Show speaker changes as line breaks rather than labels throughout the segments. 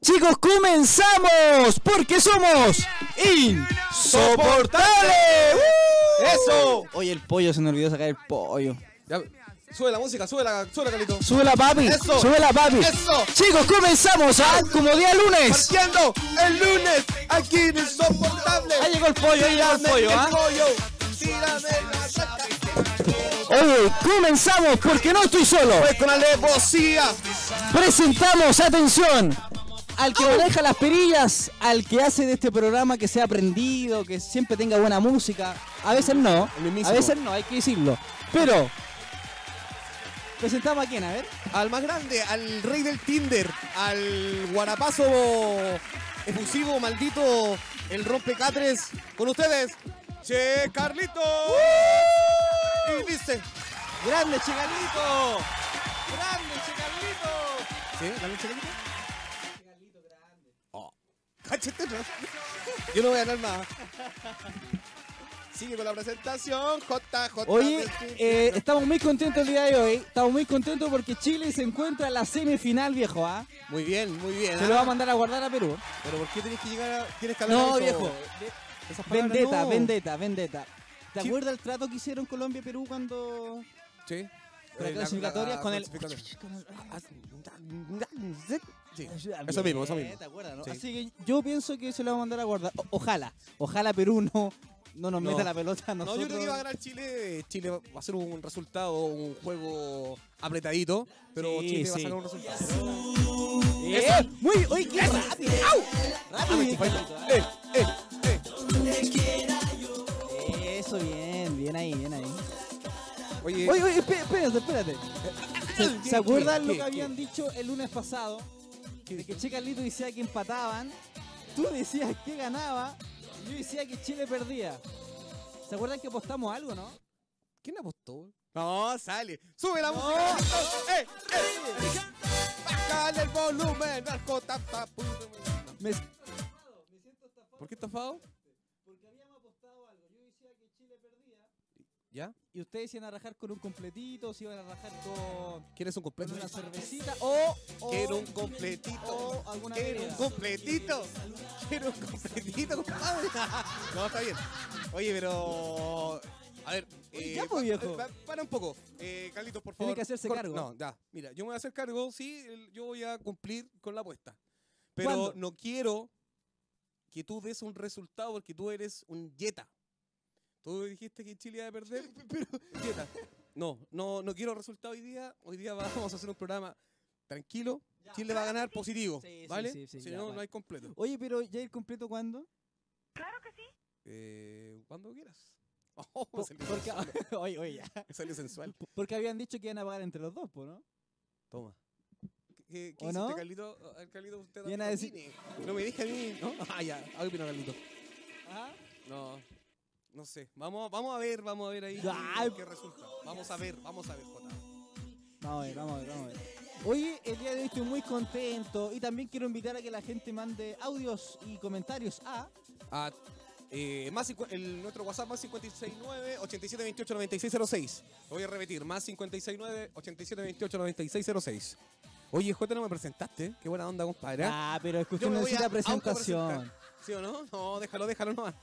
Chicos, comenzamos porque somos insoportables. ¡Uh!
¡Eso!
Oye, el pollo se me olvidó sacar el pollo.
Ya, sube la música, sube la, sube la Calito.
Súbela, papi.
Eso.
Súbela, papi.
Eso.
Chicos, comenzamos ¿ah? como día lunes.
Partiendo el lunes, aquí en Insoportable.
Ahí llegó el pollo, ahí llegó el
Tírame
pollo, ¿ah?
pollo, tírame la saca.
Oye, comenzamos porque no estoy solo.
Pues con alevosía.
Pues. Presentamos, atención, al que maneja las perillas, al que hace de este programa que sea aprendido, que siempre tenga buena música. A veces no,
El mismísimo.
a veces no, hay que decirlo. Pero, presentamos a quién, a ver.
Al más grande, al rey del Tinder, al guarapazo efusivo, maldito, el rompecatres. Con ustedes, Che Carlito. Y dice, grande Che Carlito. Grande Che Carlito. ¿Sí? ¿Grande Che Carlito? Oh. Cáchate, ¿no? Yo no voy a ganar más. Sigue con la presentación, JJ.
Oye,
del-
eh, estamos muy contentos el día de hoy. Estamos muy contentos porque Chile se encuentra en la semifinal, viejo, ¿ah?
Muy bien, muy bien.
Se
¿ah?
lo va a mandar a guardar a Perú.
Pero ¿por qué tenés que llegar a... Tienes que hablar
No,
de eso?
viejo.
Esas palabras
Vendetta,
no.
vendetta, vendetta. ¿Te
Sí.
acuerdas el trato que hicieron Colombia y Perú cuando
Sí.
Con la
Eh,
clasificatoria,
la
con el-
clasificatoria. Sí.
Ayuda,
Eso
bien,
mismo, eso mismo.
Eh, ¿te acuerdas, no?
Sí.
Así que yo pienso que se lo va a mandar a guardar. O- ojalá, ojalá Perú no, no nos
No.
meta la pelota. a
No,
Nosotros.
yo creo que va a ganar Chile. Chile va a ser un resultado, un juego apretadito, pero
Sí,
Chile va a
sí.
sacar un resultado.
¡Eh! Muy, uy, qué rápido.
Ah,
Rápido.
Eh, eh, eh.
Eso, bien, bien ahí, bien ahí.
Oye,
Oye, oye, espé- espérate, espérate. ¿Se,
¿qué,
se acuerdan
qué,
lo
qué,
que habían dicho el lunes pasado?
¿Qué
De que Che Carlito decía que empataban, tú decías que ganaba, y yo decía que Chile perdía. ¿Se acuerdan que apostamos algo, no?
¿quién apostó? No, sale. Sube la
No.
música. Eh, eh. Bájale el volumen, narco tapa.
Me-
¿Por qué estafado?
Porque habíamos apostado algo. Yo decía que Chile perdía.
¿Ya?
Y ustedes se iban a rajar con un completito, se iban a rajar con,
¿Quieres un
con
completo?
una cervecita o. o-
Quiero un completito.
O Oh. alguna
Quiero un
bebida.
completito. Quiero un completito, compadre. No, está bien. Oye, pero. A ver.
Oye, ya, pues,
pa-
viejo.
pa- Para un poco. Eh, Carlitos, por
Tiene
favor.
que hacerse
Cor-
cargo.
No, ya. Mira, yo me voy a hacer cargo, sí, el- yo voy a cumplir con la apuesta. Pero
¿Cuándo?
no quiero que tú des un resultado porque tú eres un yeta. Tú dijiste que Chile iba a perder. Pero. Yeta. No, no, no quiero resultado hoy día. Hoy día vamos a hacer un programa tranquilo. Chile va a ganar positivo,
Sí, sí,
¿vale?
sí, sí,
si
ya,
no, no
vale.
hay completo.
Oye, pero ya el completo cuándo?
Eh, cuando quieras. Oh, me
Po-
salió
Porque,
sensual,
oye, oye, ya.
me salió sensual.
Porque habían dicho que iban a pagar entre los dos, po, ¿no?
Toma. ¿Qué, qué
¿O
hiciste,
no?
Carlito? A ver, Carlito, usted
Viene
también
a decir-
opine. No me dije a mí, ¿no? Ah, ya. ¿A qué opina Carlito? ¿Ah?
Ajá.
No. No sé. Vamos, vamos a ver, vamos a ver ahí
Ay.
qué, qué resulta. Vamos a ver, vamos a ver, Jota.
Vamos a ver, vamos a ver, vamos a ver. Oye, el día de hoy estoy muy contento y también quiero invitar a que la gente mande audios y comentarios a
Ah, eh, más cincu- el, nuestro WhatsApp más 569-8728-9606. Lo voy a repetir, más 569-8728-9606. Oye, Jota, no me presentaste. Qué buena onda, compadre. ¿eh?
Ah, pero es que usted
Yo me
no
voy a
necesita presentación.
autopresentar. ¿Sí o no? No, déjalo, déjalo nomás.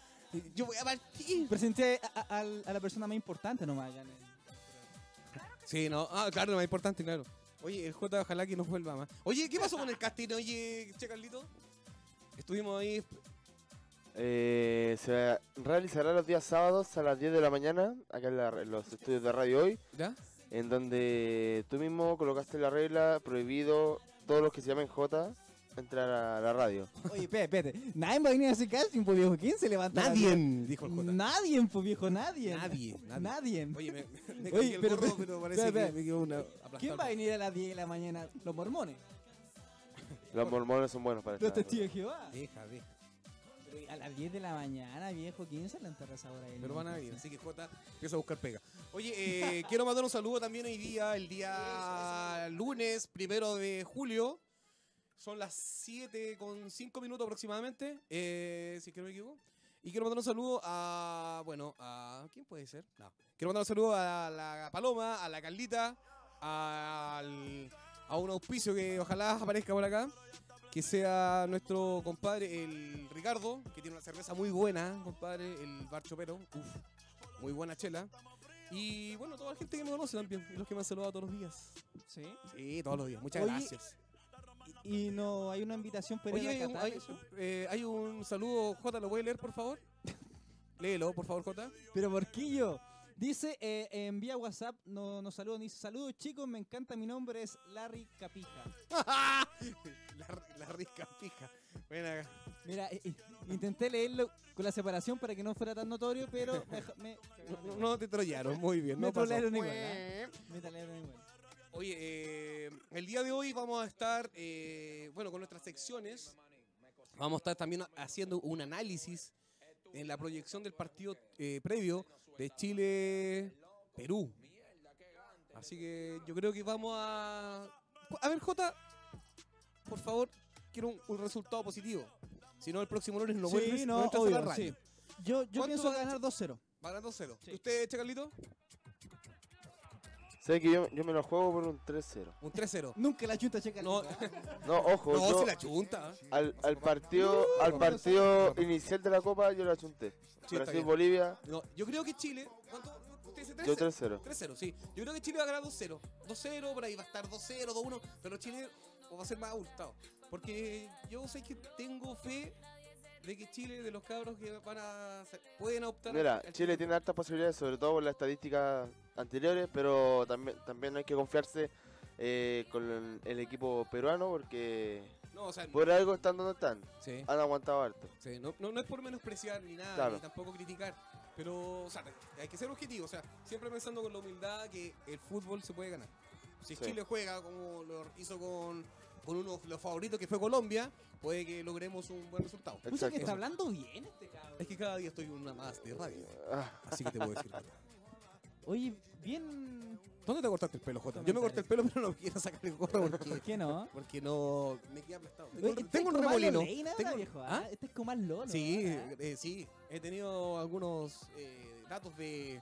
Yo voy a partir.
Presenté a, a- al- a la persona más importante nomás. ya en el-
Sí, no. Ah, claro, lo más importante, claro. Oye, el J ojalá que nos vuelva más. Oye, ¿qué pasó con el casting? Oye, che, Carlito. Estuvimos ahí.
Eh, se realizará los días sábados a las 10 de la mañana, acá en, la- en los estudios de radio hoy,
¿Ya?
en donde tú mismo colocaste la regla prohibido todos los que se llamen J entrar a la radio.
Oye, espérate, espérate. Nadie va a venir a hacer casting, pues viejo. ¿Quién se levanta? a la
Nadie,
vida?
dijo el J.
Nadie, pues viejo, nadie.
Nadie, nadie.
Nadie.
Oye, me, me, me
Oye,
caí el
pero-
gorro, pero, parece
espera,
que
espera.
me quedó una
¿Quién
aplastada.
va a venir a las 10 de la mañana? Los mormones,
Pues
Los mormones son buenos para
los
esta-
testigos de Jehová.
Deja, deja.
Pero a las 10 de la mañana, viejo, ¿quién se levanta a esa hora? del
Pero van a
mundo?
venir, así que J empieza a buscar pega. Oye, eh, quiero mandar un saludo también hoy día, el día lunes, primero de julio. Son las 7 con 5 minutos aproximadamente, eh, si es que no me equivoco. Y quiero mandar un saludo a, bueno, a... ¿Quién puede ser? No. Quiero mandar un saludo a la Paloma, a la Carlita, al- a un auspicio que ojalá aparezca por acá. que sea nuestro compadre, el Ricardo, que tiene una cerveza muy buena, compadre, el Bar Chopero, uf, muy buena chela. Y bueno, toda la gente que me conoce también, y los que me han saludado todos los días.
Sí.
Sí, todos los días, muchas
Oye,
gracias.
Y no, hay una invitación para
Oye,
ir a
hay un,
Catar,
hay-
eso.
eh, hay un saludo, J, ¿lo voy a leer, por favor? Léelo, por favor, J.
Pero Porquillo, dice eh, envía WhatsApp, no, nos saluda, dice saludos chicos, me encanta, mi nombre es Larry Capija.
la, la rica pija. Ven acá.
Mira, eh, eh, intenté leerlo con la separación para que no fuera tan notorio, pero me, ja- me,
No, no te trollaron, muy bien.
me
No pasó.
trolearon igual. ¿ah? Me trolearon igual.
Oye, eh, el día de hoy vamos a estar, eh, bueno, con nuestras secciones. Vamos a estar también haciendo un análisis en la proyección del partido eh, previo de Chile-Perú. Así que yo creo que vamos a... A ver, Jota, por favor, quiero un, un resultado positivo. Si no, el próximo lunes no
Sí,
vuelves
no,
vuelves a hacer la
obvio,
radio.
Yo, yo
¿Cuánto
pienso
va a
ganar 2-0.
Va ganando cero.
Sí.
¿Y usted, Chacalito?
Sé que yo, yo me lo juego por un 3-0.
Un 3-0.
Nunca la chuta ¿ah? checa.
No,
No, ojo,
no,
Pues yo
se la chunta. ¿eh?
al, al partido, al partido inicial de la copa yo lo achunté.
Sí, está
Brasil,
bien.
Bolivia,
No, yo creo que Chile. ¿Cuánto? ¿Usted dice
yo
3-0?
3-0.
3-0, sí. Yo creo que Chile va a ganar 2-0. 2-0, por ahí va a estar 2-0, 2-1. Pero Chile va a ser más abultado. Porque yo sé que tengo fe de que Chile, de los cabros que van a. ser- pueden optar.
Mira,
al- al-
Chile tiene hartas posibilidades, sobre todo por las estadísticas anteriores, pero también, también no hay que confiarse eh, con el, el equipo peruano porque
No, o sea,
por algo están donde están.
sí.
Han aguantado harto.
Sí, no, no, no es por menospreciar ni nada,
Claro.
ni tampoco criticar, pero o sea, hay que ser objetivo, o sea, siempre pensando con la humildad que el fútbol se puede ganar. Si
Sí.
Chile juega como lo hizo con, con uno de los favoritos que fue Colombia, puede que logremos un buen resultado.
Pucha que
Exacto.
está hablando bien este cabrón.
Es que cada día estoy una más de radio,
Ah,
así que te puedo decir.
Oye, bien.
¿Dónde te cortaste el pelo, Jota? Yo me corté el pelo, pero no quiero sacar el gorro
¿Por
porque,
qué no?
porque no me quedé aplastado. Tengo,
Oye,
un-
estás
tengo un
como más
remolino.
Lorena ahora,
tengo-
viejo,
¿Ah?
¿ah? Este es como más lolo.
Sí,
¿ah?
eh, sí. He tenido algunos eh, datos de.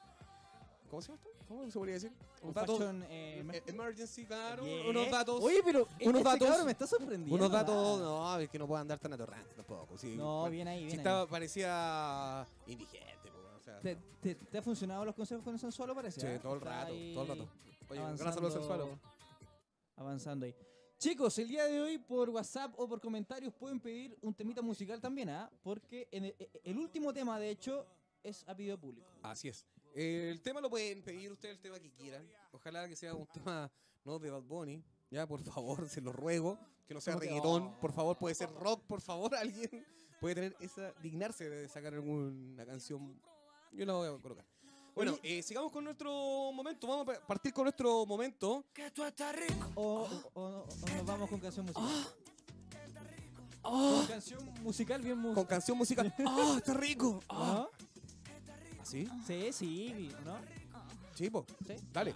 ¿Cómo se llama esto? ¿Cómo se podría decir?
Un
datos.
fashion, eh,
eh, emergency, claro.
Bien.
Unos datos.
Oye, pero
unos
este
datos-
cabrón me está sorprendiendo.
unos datos.
¿ah?
No, es que no puedo andar tan atorrante tampoco. Sí,
No,
bueno,
bien ahí, bien
sí
ahí.
estaba, parecía indigente, po, o sea.
¿Te, te, te ha funcionado los consejos con el Sensualo, parece?
sí,
ah?
todo el
Está
rato,
ahí
todo el rato. Oye, un gran
avanzando-
saludo sensual.
Avanzando ahí. Chicos, el día de hoy por WhatsApp o por comentarios pueden pedir un temita musical también, ¿ah? Porque en el, el último tema, de hecho, es a pedido público.
Así es. El tema lo pueden pedir ustedes, el tema que quieran. Ojalá que sea un tema no de Bad Bunny. Ya, por favor, se lo ruego. Que no sea
¿Cómo que
reggaetón,
no?
por favor. Puede ser rock, por favor. Alguien puede tener esa. dignarse de sacar alguna canción. Yo la voy a colocar. Bueno, eh, sigamos con nuestro momento. Vamos a pa- partir con nuestro momento.
O, o- o- o nos vamos con canción musical.
Ah.
Con canción musical bien
Con
musical.
canción musical. ¡Ah, está rico! Ah. ¿Así?
Sí, sí, ¿no?
Sí, po.
Sí.
Dale.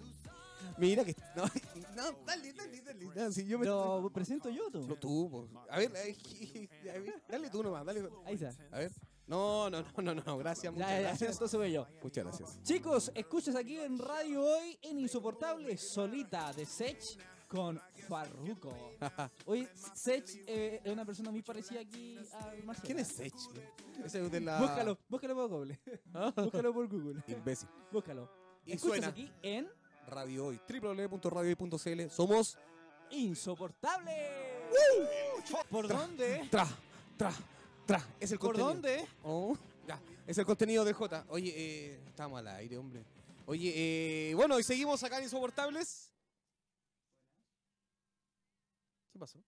Mira que. No, no, dale, dale, dale. No, si yo me
Lo presento yo, tú.
No tú, po. A ver, ay, a ver, dale tú nomás, dale.
Ahí está.
A ver. No, no, no, no, no, gracias, muchas
Ya, ya,
gracias.
entonces voy yo.
Muchas gracias.
Chicos, escuchas aquí en radio hoy en Insoportable Solita de Sech con Farruko. Hoy Sech eh, es una persona muy parecida aquí a Marcelo. Ah.
¿Quién es Sech? Ese es de la.
Búscalo, búscalo por Google. búscalo por Google.
Imbécil.
Búscalo.
Ah. Y
escuchas
suena.
aquí en
Radio Hoy. www.radiohoy.cl. Somos.
Insoportable. ¿Por dónde?
Tra, tra, tra. Es el
¿Por
contenido.
dónde?
Oh, ya. Es el contenido de J. Oye, eh, estamos al aire, hombre. Oye, eh, bueno, y seguimos acá en Insoportables. ¿Qué pasó?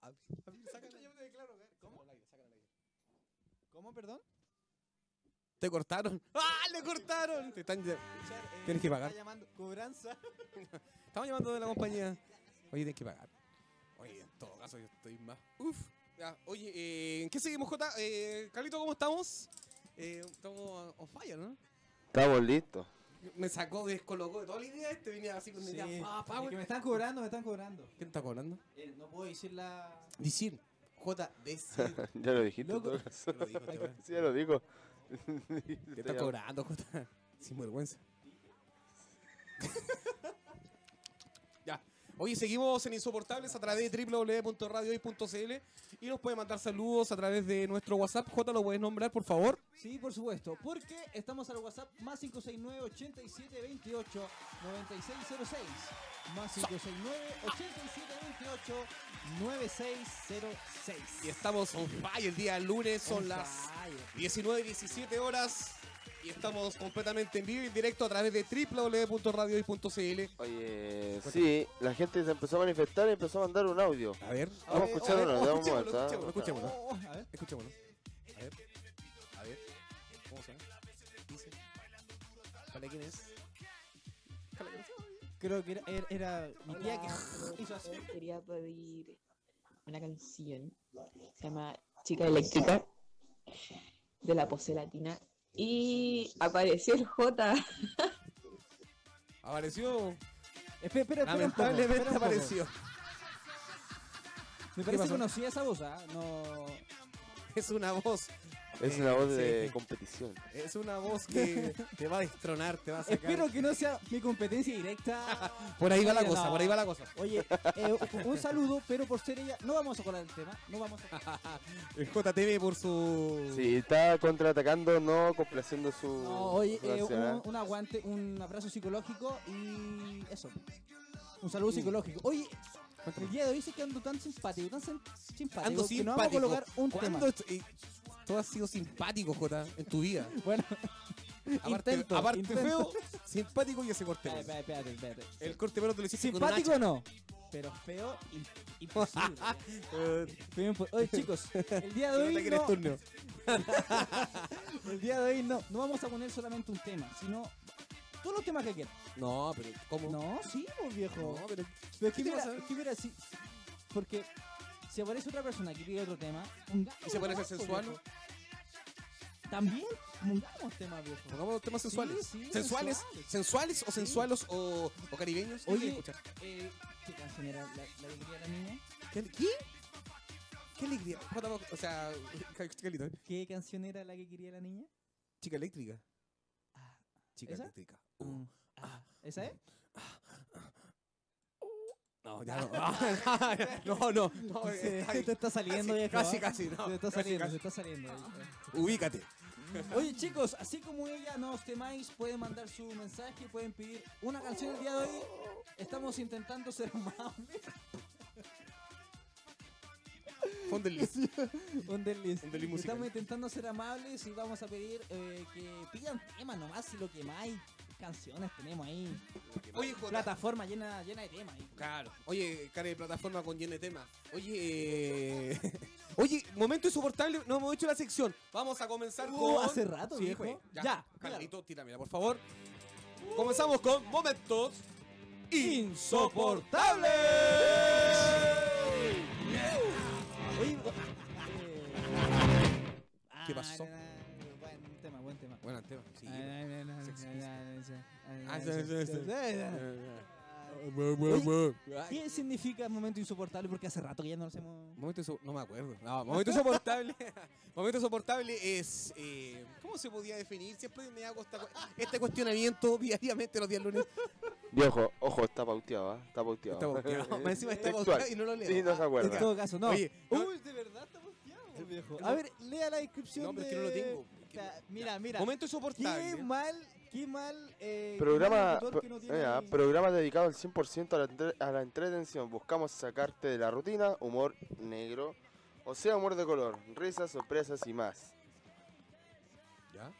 A ver, a ver, sácala, yo me declaro, a ver. ¿Cómo?
¿Cómo, perdón?
Te cortaron. ¡Ah! ¡Le cortaron! Te están ll- Tienes que pagar.
Está llamando cobranza.
Estamos llamando de la compañía. Oye, tienes que pagar. Oye, en todo caso, yo estoy más. Uf. Ya, oye, eh, ¿en qué seguimos, Jota? Eh, Carlito, ¿cómo estamos? Eh, estamos on fire, ¿no?
Estamos listos.
Me sacó, descolocó de toda la idea este, venía así con
Sí, Ah,
idea, pa, pa,
es que
güey.
me están cobrando, me están cobrando.
¿Quién está cobrando?
Eh, no puedo decir la...
Decir. J, decir.
ya lo dijiste.
Loco.
en todo caso.
Te lo digo, te lo-
Sí, ya lo digo.
Te está cobrando, Jota. Sin vergüenza. ya. Oye, seguimos en Insoportables a través de www.radiohoy.cl y nos puede mandar saludos a través de nuestro WhatsApp. J, ¿lo puedes nombrar, por favor?
Sí, por supuesto, porque estamos al WhatsApp más 569 8728 9606. Más 569 8728 9606.
Y estamos on fire el día lunes, son
On
las
fire.
19, 17 horas y estamos completamente en vivo y en directo a través de www.radiohoy.cl.
Oye,
Cuéntame.
sí, la gente se empezó a manifestar y empezó a mandar un audio.
A ver,
A ver,
Vamos a escucharlo,
a ver,
damos
escuchémoslo,
vuelta,
escuchémoslo, escuchémoslo.
¿eh?
Oh, oh, a ver.
Escuchémoslo. A ver. A ver. ¿Cómo suena? Dice. Jale, quién es? Jale, quién es.
Creo que era, era- era mi tía
Hola,
que hizo así.
yo Quería pedir una canción. Se llama Chica Eléctrica de la pose latina. Y apareció el J.
Apareció.
Espera, espera, espera un poco,
Lamentablemente
espera un poco.
apareció.
Me parece que
pasó?
conocía esa voz, ¿ah? No.
Es una voz.
Es
eh,
una voz
sí.
de competición.
Es una voz que te va a destronar, te va a sacar.
Espero que no sea mi competencia directa.
Por ahí va la
Oye,
cosa,
no.
por ahí va la cosa.
Oye, eh, un saludo, pero por ser ella. No vamos a colar el tema, no vamos a.
El JTV por su.
Sí, está contraatacando, no complaciendo su.
No, oye,
su
eh,
canción, ¿ah?
un, un aguante, un abrazo psicológico y eso. Un saludo psicológico. Oye, el día de hoy sé que ando tan simpático, tan sim- simpático,
Ando
que no vamos a
simpático.
colocar un tema.
¿Cuándo est- eh, Tú has sido simpático, J, en tu vida.
Bueno,
Aparte,
Intento,
aparte
intento.
feo, simpático y ese corte.
espérate,
menos.
espérate, espérate.
El corte menos te lo hiciste con un
Simpático no, pero feo y imposible. ya.
hacha. Eh,
Feo impo- Oye, chicos, el día
se nota
de hoy
que
no,
eres turno.
el día de hoy no, no vamos a poner solamente un tema, sino todos los temas que quieras.
No, pero ¿cómo?
No, sí, pues viejo.
Oh. No, pero
Pero es que
¿Qué te
mira,
pasa?
es que mira, si, porque si aparece otra persona que pide otro tema, pongamos
¿Y se parece
nomás, po,
sensual?
viejo. También pongamos temas, viejo.
pongamos temas sensuales.
sí,
sensuales,
sensuales.
sensuales o sensualos o, o caribeños. ¿Qué
Oye,
quieres escuchar?
Eh, ¿Qué canción era la, la que quería la niña?
¿Qué? ¿Qué? ¿Qué alegría? Jota, O sea, chica linda, ¿eh?
¿Qué canción era la que quería la niña?
Chica eléctrica.
Ah,
Chica
¿Esa?
eléctrica. Uh.
mm, ah, ¿Esa es?
No, ya no. no, no, no.
Se-
está ahí.
te está saliendo, viejo.
ah. casi,
¿ah?
casi, no.
Te está
Casi,
saliendo,
casi.
te está saliendo. eh.
Ubícate.
Oye chicos, así como ella, no os temáis, pueden mandar su mensaje, pueden pedir una canción el día de hoy. Estamos intentando ser amables.
Fondo el list.
Un desliz.
Un desliz musical.
Estamos intentando ser amables y vamos a pedir eh, que pidan temas nomás si lo quemáis. Canciones tenemos ahí.
Oye, Jota.
Plataforma llena, llena de temas. ahí.
Claro. Oye, cara de plataforma con lleno de tema. Oye, eh, oye, momento insoportable, no hemos hecho la sección. Vamos a comenzar
Uh,
con.
hace rato,
Sí,
viejo.
güey, Ya.
Ya,
Carlito, tíramela, por favor. Comenzamos con momentos insoportables.
Oye, eh,
¿Qué pasó?
ah, Buen tema, buen tema.
Bueno, el tema. Sí. Ah,
¿Qué
Eh,
significa momento insoportable? Porque hace rato que ya no lo hacemos.
Momento inso- no me acuerdo. No, momento insoportable. momento insoportable es. eh, ¿Cómo se podía definir? Siempre me hago esta cu- este cuestionamiento diariamente los días lunes.
Viejo, ojo, está pauteado, ¿ah? Está pauteado.
Está bosteado. Más encima está
Textual.
bosteado y no lo leo.
Sí, no se
En
acuerda.
todo caso, no.
Oye, no-
Uy, de verdad está bosteado,
El-
viejo.
no.
A ver, lea la descripción.
No, hombre, es que
de-
no lo tengo.
Ta- Mira, mira.
Momento
Qué
insoportable.
mal, qué mal. eh,
Programa, ah,
qué mal locutor que no
pro-
tiene-
mira, programa dedicado al 100% a la, entre- a la entretención. Buscamos sacarte de la rutina, humor negro, o sea, humor de color, risas, sorpresas y más.
¿Ya?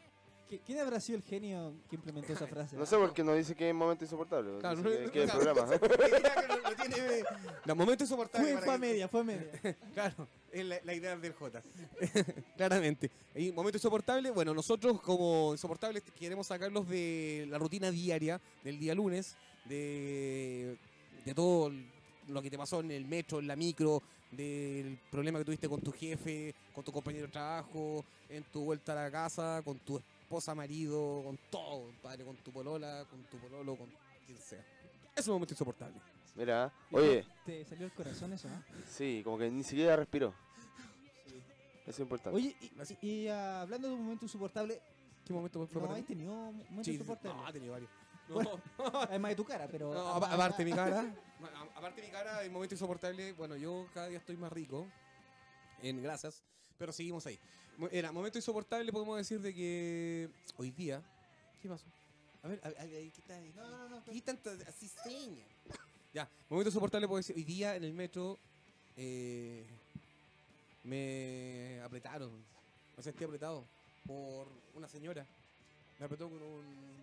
¿Qui- ¿Quién habrá sido el genio que implementó esa frase?
No sé por qué no dice que es momento insoportable.
Claro,
dice que,
no-
que es
no-
programa. ¿eh?
no, no tiene- No, momento insoportable.
Ah, Fue,
para
fue a
que-
media, fue a media.
Claro, es la, la idea del J. Claramente. Y momento insoportable, bueno, nosotros como insoportables queremos sacarlos de la rutina diaria del día lunes, de, de todo lo que te pasó en el metro, en la micro, del problema que tuviste con tu jefe, con tu compañero de trabajo, en tu vuelta a la casa, con tu esposa, marido, con todo, padre, con tu polola, con tu pololo, con quien sea. Es un momento insoportable.
Mira, ¿ah? oye,
¿Te salió el corazón eso, no?
sí, como que ni siquiera respiró. Es importante.
Oye, y, y- y, ah, hablando de un momento insoportable,
¿Qué momento fue
¿no
para
has
ti?
tenido momentos
Sí,
insoportables?
no, ha tenido varios. No,
Además de tu cara, pero.
no, apa- aparte mi cara. a- Aparte mi cara, en momento insoportable, bueno, yo cada día estoy más rico en grasas, pero seguimos ahí. Mo- Era momento insoportable, podemos decir de que hoy día. ¿Qué pasó? A ver, a ver, a ver, ¿qué tal? No, no, no, ¿qué tanto así seña? Ya, momento insoportable, puedo decir. Hoy día en el metro eh, me apretaron, me sentí apretado por una señora. Me apretó con un.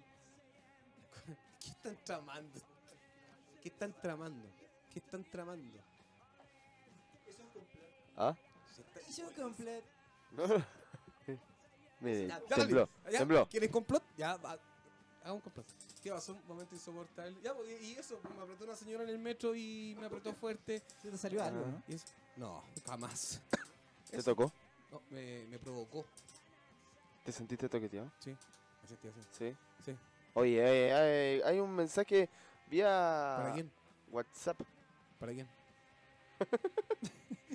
¿Qué están tramando? ¿Qué están tramando? ¿Qué están tramando?
¿Ah?
Se está-
Yo completo.
Mire,
Ya, dale.
tembló,
Ya,
tembló.
¿Quieres complot? Ya, va. Haga un complot. ¿Qué pasó? Un momento insoportable. Ya, pues, y y eso, pues, me apretó una señora en el metro y me apretó fuerte.
Se te salió algo, ¿no?
Y eso- No, jamás.
¿Te
Eso.
tocó?
No, me, me provocó.
¿Te sentiste toqueteado?
Sí, me sentí así.
Sí.
Sí.
Oye, hay, hay- hay un mensaje
¿Para
Ah.
vía
quién?
WhatsApp.
¿Para quién?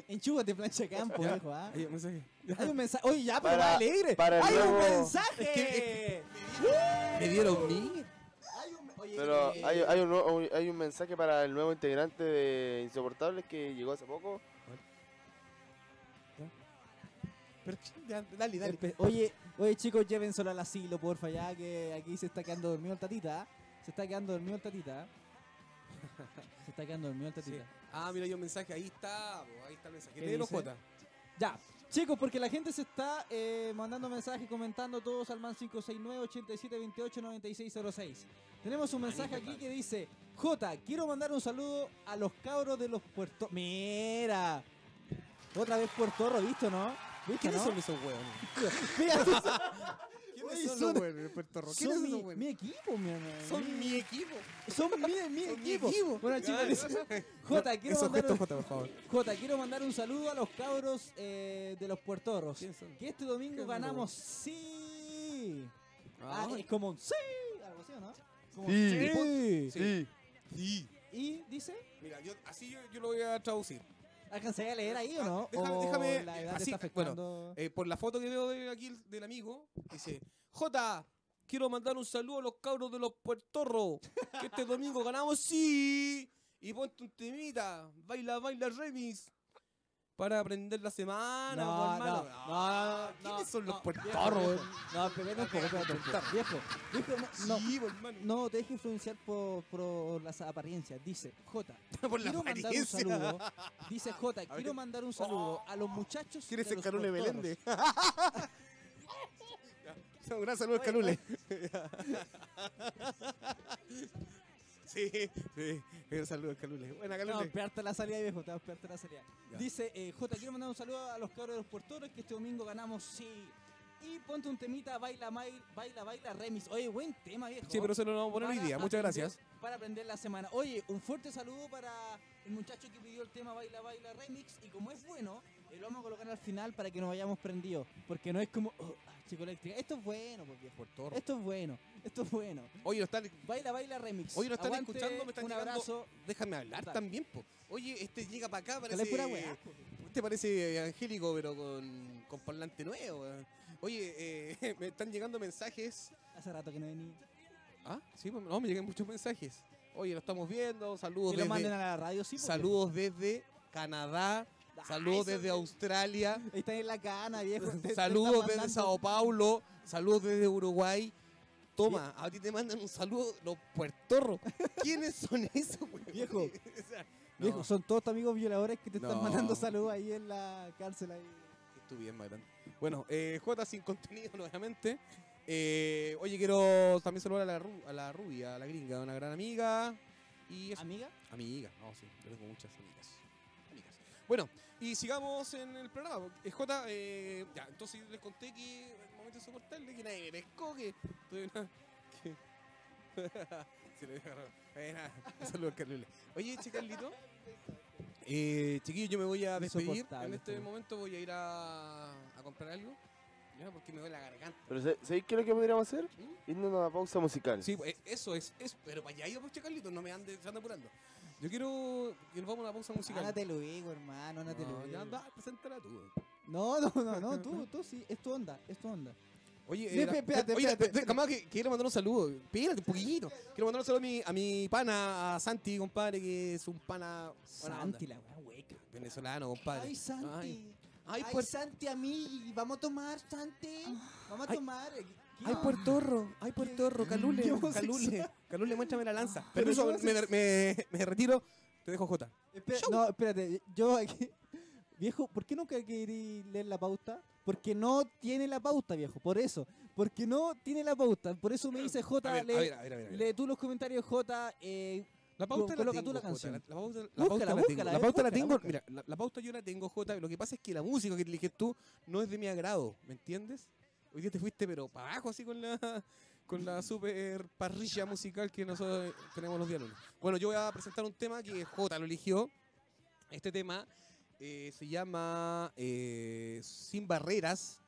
Enchúgate, plancha campo,
Ya.
hijo, ¿ah?
Ahí, un mensaje.
Hay un mensaje. Oye, ya, pero
Para-
va alegre.
para el
Hay un
nuevo-
mensaje.
Es que- ¿Me dieron mí?
Hay un... Oye,
Pero
eh,
hay, hay un, nuevo- hay un mensaje para el nuevo integrante de Insoportables que llegó hace poco.
Pero, ya, dale, dale.
empe- Oye, oye, chicos, lleven solo al asilo, porfa, ya que aquí se está quedando dormido el tatita. ¿ah? Se está quedando dormido el tatita. ¿ah? Se está quedando dormido el
Sí.
tatita.
Ah, mira, hay un mensaje. Ahí está, po, ahí está el mensaje.
¿Qué
Léelo,
dice?
Jota.
Ya, chicos, porque la gente se está eh, mandando mensajes, comentando todos al man 569-8728-9606. Tenemos un mensaje aquí que dice, J, quiero mandar un saludo a los cabros de los puertos... Mira, otra vez Puerto Rico, ¿visto, no? ¿Viste,
¿Quiénes
no?
son esos huevones?
Mira, son-
¿Quiénes
Oye,
son
son-
los huevones de Puerto Rico? ¿Quiénes
son
son
mi,
los huevones?
mi equipo, mi hermano.
Son mi equipo.
Son mi, mi
Son mi
equipo.
equipo.
Bueno, chicos,
Claro.
dice, J, quiero
Esos
mandar
gestos,
un,
Jota, por favor.
Jota, quiero mandar un saludo a los cabros eh, de los puertorros.
¿Quiénes son?
Que este domingo
¿Qué
ganamos sí. Ah,
Ah,
es como un sí, algo así, ¿o ¿no? Como
Sí.
sí.
Sí. Sí.
Y dice,
Mira, yo, así yo, yo lo voy a traducir.
alcancé a leer ahí o
Ah,
no?
déjame-
o
déjame-
la edad te
así,
está
bueno,
afectando.
Eh, por la foto que veo de aquí el- del amigo, dice: Jota, quiero mandar un saludo a los cabros de los puertorros. Que este domingo ganamos, sí. Y ponte un temita. Baila, baila, remix. Para aprender la semana,
no,
po,
no,
hermano.
no, no, no,
¿Quiénes son los
no,
puertorros?
viejo, No, espérate un poco, espérate un poco. Viejo, viejo, no, no,
Sí, po, hermano.
no te dejes influenciar por, por las apariencias. Dice, J,
Por la
quiero mandar un
apariencia.
saludo. Dice J,
ver. oh,
quiero mandar un saludo a los muchachos.
¿Quién es
de
el
los
Carule
Puertorros.
Belende? Un gran saludo al
Oye,
Canule. sí, sí, un saludo al Canule. Buena,
Te vas a
Canule.
esperarte la salida, viejo, te vas a esperarte la salida.
Ya.
Dice, eh, J, quiero mandar un saludo a los cabros de los puertoros que este domingo ganamos, sí. Y ponte un temita, baila, mai- baila, baila, remix. Oye, buen tema, viejo.
sí, pero eso no lo vamos a poner hoy
Para
día. Muchas
aprender-
gracias.
Para aprender la semana. Oye, un fuerte saludo para el muchacho que pidió el tema Baila Baila Remix. Y como es bueno, eh, lo vamos a colocar al final para que nos vayamos prendidos. Porque no es como, oh, ah, chico eléctrica. Esto es bueno, pues viejo.
Puertorro.
Esto es bueno. Esto es bueno.
Oye, lo están,
Baila Baila Remix.
oye, lo están
Aguante,
escuchando, me están
Un
llegando.
abrazo.
Déjame hablar
Dale.
también, po. Oye, este llega para acá,
Ojalá
parece...
es pura weá, pues. po.
Este parece angélico, pero con, con parlante nuevo. weón. Oye, eh, me están llegando mensajes
Hace rato que no venía.
Ah, sí, pues, no, me llegan muchos mensajes. Oye, lo estamos viendo, saludos
Que lo manden
desde,
a la radio, sí. porque-
saludos desde Canadá,
Ah,
saludos
eso
desde
es-
Australia,
Ahí están en la cana, viejo. Te- te están
saludos desde
mandando-
Sao Paulo, saludos desde Uruguay. Toma, a ti te mandan un saludo los puertorros. ¿Quiénes son esos, weón?
Viejo.
O sea, no,
Viejo, son todos tus amigos violadores que te están
No.
mandando saludos ahí en la cárcel. Ahí.
tú bien, más grande. Bueno, eh, J sin contenido nuevamente. Eh, oye, quiero también saludar a la, ru- a la rubia, a la gringa, una gran amiga. Y eso.
¿Amiga?
Amiga, no, sí, yo tengo muchas amigas. Amigas. Bueno, y sigamos en el programa. Eh, J, eh, ya, entonces yo les conté que el momento insoportable, que nadie me pescó, que. tuve una- que- Se le agarró. Bueno, un saludo al Carlule. Oye, che, Carlito. Eh, chiquillo, yo me voy a despedir. En
Insoportable,
este
tú.
momento voy a ir a, a comprar algo. Ya, porque me duele la garganta.
Pero ¿sabes sabéis qué es lo que podríamos hacer?
¿Mm?
Irnos a una pausa musical.
Sí, pues, eso es, eso. Pero para allá iba, pues, che, Carlito, no me ande, se anda apurando. Yo quiero que nos vamos a una pausa musical.
Ándate luego, hermano, ándate
No,
luego.
ya, va, preséntala tú.
No, no, no, no, tú, tú sí, es tu onda, es tu onda.
Oye,
Espérate,
era-
espérate,
oye,
espérate.
espérate, camada, que quiero mandar un saludo. Espérate un poquito. Quiero mandar un saludo a mi, a mi pana, a Santi, compadre, que es un pana buena onda.
Santi, la weá hueca.
venezolano, compadre.
Ay, Santi.
Ay,
Ay,
ay, puer- Ah.
Santi, a mí. Vamos a tomar, Santi. Vamos a
Ay.
tomar. eh, ¿Qué-
ay, puertorro, ay, puertorro, calule,
Qué homosexual.
calule, calule, muéstrame la lanza.
Pero
Permiso,
¿cómo
me, me, me retiro, te dejo Jota.
Espera- Este, no, espérate. Yo aquí. Viejo, ¿por qué nunca querí leer la pauta? Porque no tiene la pauta, viejo. Por eso. Porque no tiene la pauta. Por eso me dice J.
A ver,
lee,
a ver, a ver, a ver, a ver.
lee tú los comentarios, J. Eh,
La pauta la
coloca
tengo,
tú la
Jota,
canción.
La, la pauta, la
Búscala,
pauta la
búscala,
tengo.
a
La
ver,
pauta la
búscala,
tengo.
búscala.
Mira, la, la pauta yo la tengo, Jota. Lo que pasa es que la música que eliges tú no es de mi agrado, ¿me entiendes? Hoy día te fuiste, pero para abajo, así con la, con la super parrilla musical que nosotros tenemos los días lunes. Bueno, yo voy a presentar un tema que Jota lo eligió. Este tema eh, se llama eh, Sin Barreras.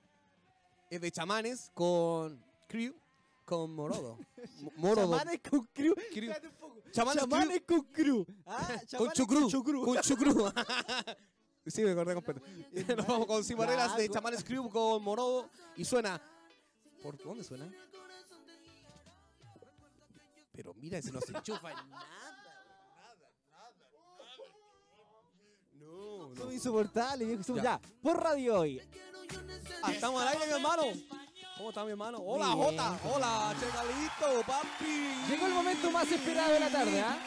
Es de chamanes con Crew, con Morodo. Mo- Morodo.
chamanes con crew.
Crew.
Espérate un poco.
Chamanes Crew.
Chamanes con crew. Ah,
Con
chamanes
chucrú.
chucrú.
Con chucrú. sí, me acordé completo. Nos vamos con Sin Barreras de
Claro.
Chamanes Crew con Morodo. Y suena. ¿Por dónde suena? Pero mira, se nos enchufa nada, nada, No,
Son
no.
insoportables, viejo. Somos-
Ya.
ya. por radio hoy.
Ah, estamos al aire, mi hermano. ¿Cómo está mi hermano? Hola,
Muy bien,
Jota. Hola, Chegalito, papi.
Llegó el momento más esperado de la tarde, ¿ah?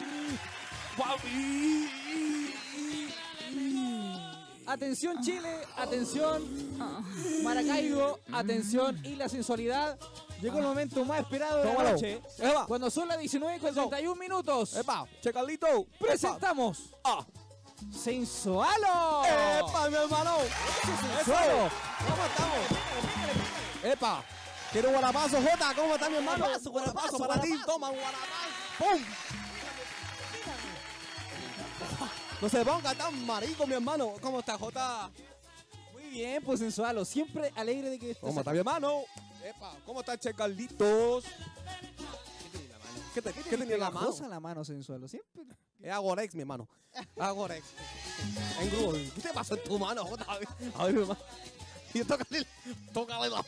Atención Chile, atención Maracaibo, atención y la sensualidad. Llegó el momento más esperado de la
Tómalo.
noche.
Eva.
Cuando son las 19 con 31 minutos,
Epa, Chegalito.
presentamos
Ah.
Sensualo.
¡Epa, mi hermano!
Sensualo.
¿Cómo estamos? ¡Epa! Quiero un guarapazo, Jota. ¿Cómo está mi hermano?
Guarapazo, guarapazo,
para ti.
guarapazo.
Toma un guarapazo. ¡Pum! No se ponga tan marico, mi hermano. ¿Cómo está, Jota?
Muy bien, pues Sensualo, siempre alegre de que estés
¿Cómo está
aquí.
mi hermano? ¡Epa! ¿Cómo está, Che Carlitos? ¿Qué tenía en la mano? ¿Qué, te- qué tenía en la mano?
Cosa en la mano Sensualo, siempre.
Es Agorex, mi hermano. Agorex. En grupo. ¿Qué te pasó en tu mano, Jota? A ver, a ver, mi hermano. Y tócale, tócale la...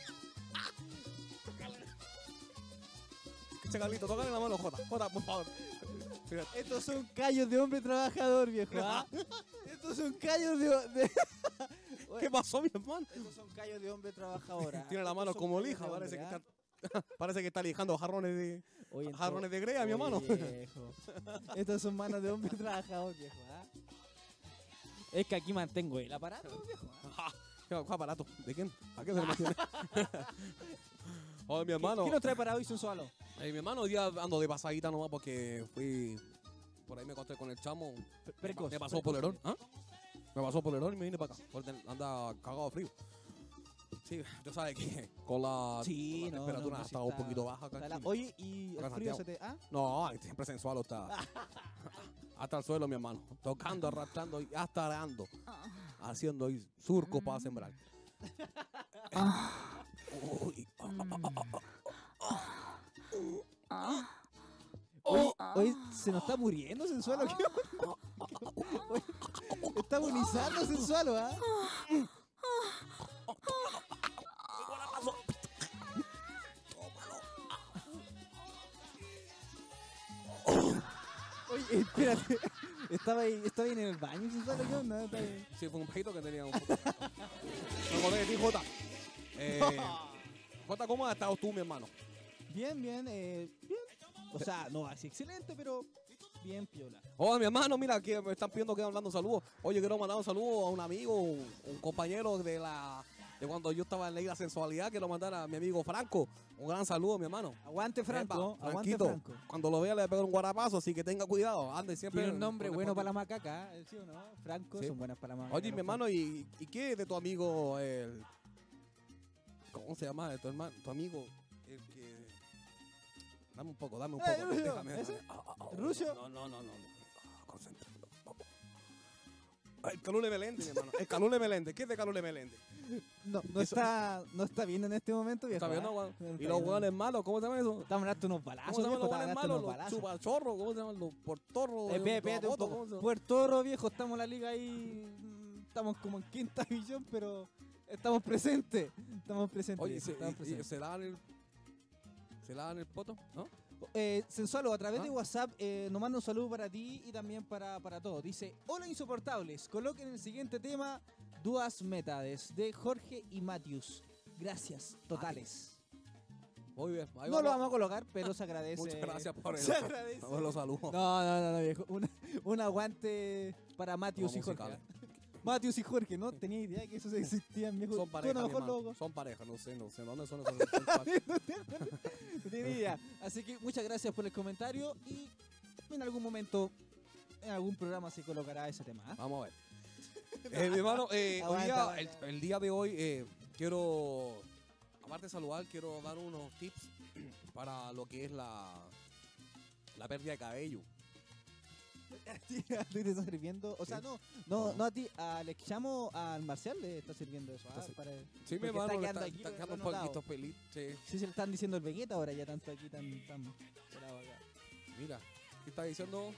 Che, Carlito, tócale la mano, Jota. Jota, por favor. Mira,
Estos son callos de hombre trabajador, viejo. ¿ah? Estos son callos de, de-
¿Qué pasó, mi hermano?
Estos son callos de hombre trabajador. ¿ah?
Tiene la mano
Estos son
como
callos
lija,
de
parece que
hombre,
está...
¿ah?
Parece que está lijando jarrones de...
Oye, en
jarrones
todo-
de grea, mi
Oye,
hermano.
viejo. Estas son manos de hombre trabajador, viejo. ¿ah? Es que aquí mantengo el aparato, viejo. ¿ah?
¿Qué aparato? ¿De quién? ¿A qué se le metió? Ay, mi hermano.
¿Qué nos trae para hoy, Sensualo?
Ay, Eh, mi hermano, hoy día ando de pasadita nomás porque fui. Por ahí me encontré con el chamo.
Precoz.
me pasó por el ¿Ah? Me pasó por el y me vine para acá. porque anda cagado de frío. Sí, tú sabes que con la,
Sí,
con la
no,
temperatura
no, no, sí
está un
está-
poquito baja acá. en
Está la-
Chile.
Oye, ¿y el
Acá
frío
Santiago.
se te.? ¿Ah?
No, ay, siempre sensual está. hasta el suelo, mi hermano.
Ah.
Tocando, arrastrando y hasta arando. Haciendo ahí surcos
Mm.
para sembrar. Uy, ah, ah, ah, ah.
Oye, oye, se nos está muriendo Sensualo. ¿Qué onda? Oye, está agonizando Sensualo, ¿ah? Oye, espérate. Estaba ahí, estaba ahí en el baño Sensualo, ¿qué onda? Está ahí.
Sí, fue un pajito que tenía un poco. Me acordé de ti, Jota. Eh, Jota, ¿cómo has estado tú, mi hermano?
Bien, bien, eh, bien. O sea, no así excelente, pero bien piola.
Oh, mi hermano, mira, que me están pidiendo que hablando saludos. Oye, quiero mandar un saludo a un amigo, un un compañero de la de cuando yo estaba en la isla sensualidad, quiero mandar a mi amigo Franco. Un gran saludo, mi hermano.
Aguante Franco,
Epa,
aguante
Franquito,
Franco.
Cuando lo vea le voy a pegar un guarapazo, así que tenga cuidado. Ande siempre.
Tiene un nombre
con el
bueno
porte.
para la macaca, ¿eh? ¿sí o no? Franco,
Sí.
son buenas para la macaca.
Oye,
los
mi hermano, ¿y, y qué es de tu amigo el ¿Cómo se llama? De tu hermano, tu amigo el que Dame un poco, dame un
Eh,
poco.
Rusio,
déjame, déjame.
¿ese?
Ah, ah, ah,
Rusio.
No, no, no, no. Ah, concéntrate, no. Ah, El Calule Melende, mi hermano. El Calule Melende. ¿Qué es de Calule Melende?
No, no
Eso-
está, no está bien en este momento, viejo.
¿Está bien, no,
¿eh?
weón?
No está
¿Y los
bien.
hueones malos? ¿Cómo se llaman eso?
Estaban dando unos
¿Cómo
balazos,
se llaman
viejo,
los
estaban
hueones
dando
malos?
unos
Los
balazos.
chupachorros, ¿cómo se llaman? Los portorros.
Eh, espérate, espérate un
los
poco.
guapotos, ¿cómo se llaman?
Puerto Oro, viejo, estamos en la liga ahí. mm, Estamos como en quinta división, pero Estamos presentes. Estamos presentes.
Oye, se,
estamos
y- y-
presentes.
se lavan el. ¿Se lavan el poto? ¿No?
Eh, Sensualo, a través
¿Ah?
de WhatsApp eh, nos manda un saludo para ti y también para, para todos. Dice, hola insoportables, coloquen el siguiente tema, Duas Metades, de Jorge y Matius. Gracias, totales.
Muy bien. ahí
no lo
vamos.
vamos a colocar, pero se agradece.
Muchas gracias por el.
Se agradece.
por los saludos.
No, no, no, no, viejo. Un, un aguante para Matius
Como
y Jorge.
musical.
¿eh? Matius y Jorge, no tenía idea que eso existía en México.
Son pareja. mi hermano.
loco.
Son pareja, no sé, no sé dónde son esos. son pa-
No tenía idea. Así que muchas gracias por el comentario y en algún momento, en algún programa se colocará ese tema. ¿ah?
Vamos a ver. Eh, mi hermano, eh, hoy
Aguanta,
día-
aguanta.
el, el día de hoy eh, quiero, aparte de saludar, quiero dar unos tips para lo que es la, la pérdida de cabello.
Sí, a ti te está sirviendo. O sea,
Sí.
no, no,
No.
no a ti, al examo, al marcial le está sirviendo eso. ah,
Está sir-
para-
Sí,
Porque
mi
está
hermano, le
quedando
está,
aquí,
está
lo he
quedando un
notado.
poquito feliz. Sí.
Sí, se le están diciendo el Vegeta ahora ya tanto aquí, tan, tan pelado acá.
Mira, ¿qué está diciendo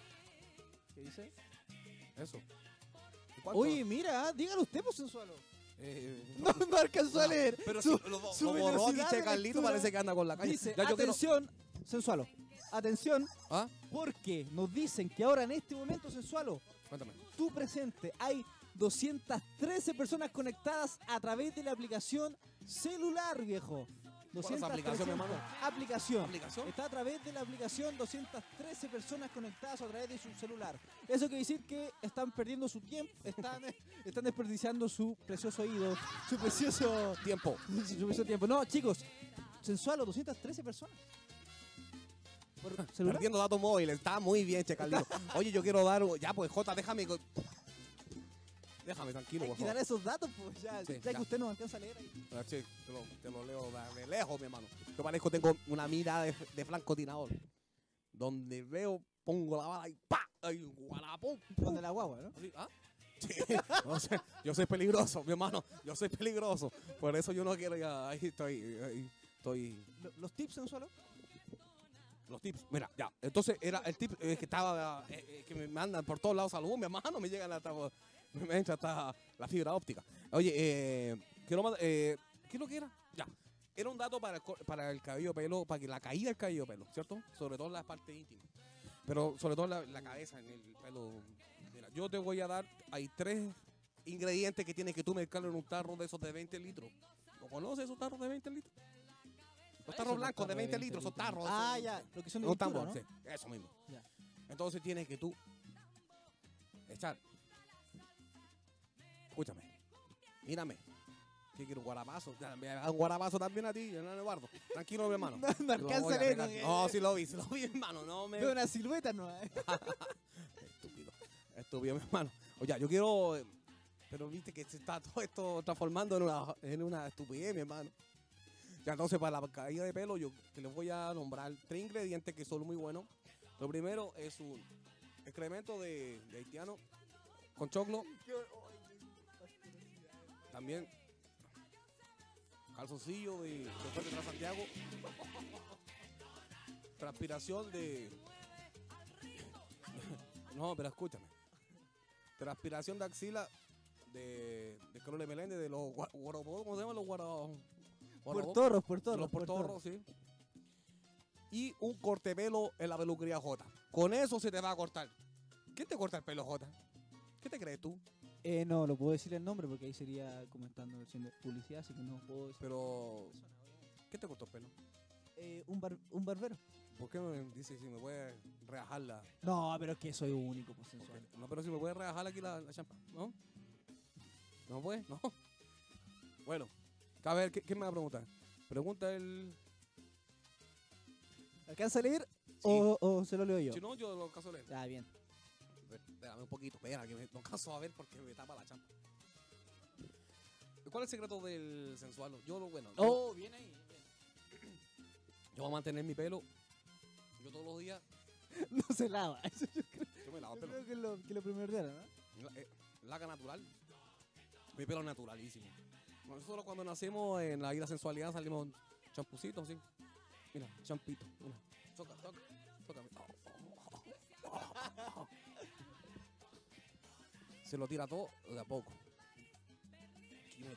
¿Qué dice?
eso? ¿Cuánto?
Oye, mira, ah, dígalo usted, pues sensualo.
Eh,
No, no alcanzó a leer.
Pero
Su-
si lo, lo
su
borró,
velocidad
dice
de
Carlito,
lectura
parece que anda con la calle.
Dice,
Ya, yo quiero-
atención, sensualo. Atención,
¿Ah?
porque nos dicen que ahora en este momento, sensualo,
Cuéntame.
tú presente. Hay 213 personas conectadas a través de la aplicación celular, viejo.
¿Cuál es la aplicación, mi hermano?
Aplicación.
¿Aplicación?
Está a través de la aplicación 213 personas conectadas a través de su celular. Eso quiere decir que están perdiendo su tiempo, están, están desperdiciando su precioso oído, su precioso,
Tiempo.
su precioso tiempo. No, chicos, sensualo, 213 personas. Por celular.
Perdiendo datos móviles. Está muy bien, che, Carlito. Oye, yo quiero dar. Ya, pues, Jota, déjame. co- Déjame tranquilo,
Hay
por
que dar
favor.
esos datos, pues ya,
Sí,
ya
ya.
que usted no alcanza a leer ahí.
Ah, sí, te, lo, te lo leo de, de lejos, mi hermano. Yo parezco tengo una mirada de, de francotirador. Donde veo, pongo la bala y ¡pa! ¡Ay, guarapum!
Con de la guagua, ¿no?
Así, ¿ah? Sí, no sé, yo soy peligroso, mi hermano. Yo soy peligroso. Por eso yo no quiero ya. Ahí estoy. ahí estoy.
Lo- Los tips en suelo.
Los tips, mira, ya. Entonces era el tip eh, que estaba, eh, eh, que me mandan por todos lados salud, mi hermano, me llegan hasta, me entra hasta la fibra óptica. Oye, eh, quiero mandar, eh, ¿qué es lo que era? Ya. Era un dato para el, co- para el cabello pelo, para que la caída del cabello pelo, ¿cierto? Sobre todo en la parte íntima. Pero sobre todo en la, la cabeza, en el pelo. Mira, yo te voy a dar, hay tres ingredientes que tienes que tú mezclar en un tarro de esos de 20 litros. ¿Lo conoces esos tarros de 20 litros? Los tarros blancos de 20 litros, esos tarros.
Ah,
esos-
ya, lo que son de
un
pintura,
tambor,
¿no?
sí, eso mismo.
Ya.
Entonces tienes que tú echar. Escúchame. Mírame. ¿Qué quiero? ¿Un guarapazo? Ya, me da Un guarapazo también a ti, Hernán Eduardo. Tranquilo, mi hermano. Te
No, no
lo voy
alcanza
a
a leer.
regalar.
no,
No, sí lo vi, sí lo vi, hermano. No me.
Veo una silueta nueva.
Estúpido. Estúpido, mi hermano. Oye, yo quiero. eh, Pero viste que se está todo esto transformando en una, en una estupidez, mi hermano. Ya entonces, para la caída de pelo, yo te les voy a nombrar tres ingredientes que son muy buenos. Lo primero es un excremento de, de haitiano con choclo. También calzoncillo de, de Fuerte Tras Santiago. Transpiración de, no, pero escúchame. Transpiración de axila de, de Carlos de Meléndez, de los gua- guarobos, ¿cómo se llaman los guarobos?
Por torros, por torros.
Los
por
portorros, sí. Y un corte pelo en la peluquería J. Con eso se te va a cortar. ¿Quién te corta el pelo, J? ¿Qué te crees tú?
torros. Eh, no, lo puedo decir el nombre porque ahí sería como estando haciendo publicidad, así que no puedo decir.
Pero, ¿qué te cortó el pelo?
Eh, un, bar- un barbero.
¿Por qué me dices si me puede rebajar la...
No, pero es que soy único, pues sensual.
No, pero si me puede rebajar aquí la, la champa, ¿no? No puede, no. Bueno, a ver, ¿qué, qué me va a preguntar? Pregunta el.
¿Alcanza a leer
Sí.
o, o se lo leo yo?
Si no, yo lo caso leer.
Ah, bien.
Espérame un poquito, espera, que me, no caso a ver porque me tapa la champa. ¿Cuál es el secreto del sensual? Yo lo bueno. yo-
Oh, bien ahí.
Yo voy a mantener mi pelo. Yo todos los días.
No se lava.
Ah,
Eso yo creo,
Yo me lavo el
yo
pelo.
creo que es lo, que lo primordial, ¿no?
La- eh, Laca natural. Mi pelo es naturalísimo. Nosotros cuando nacimos en la isla sensualidad salimos champucitos, sí. Mira, champito. Mira. Toca, toca, toca. Se lo tira todo de a poco. Aquí me-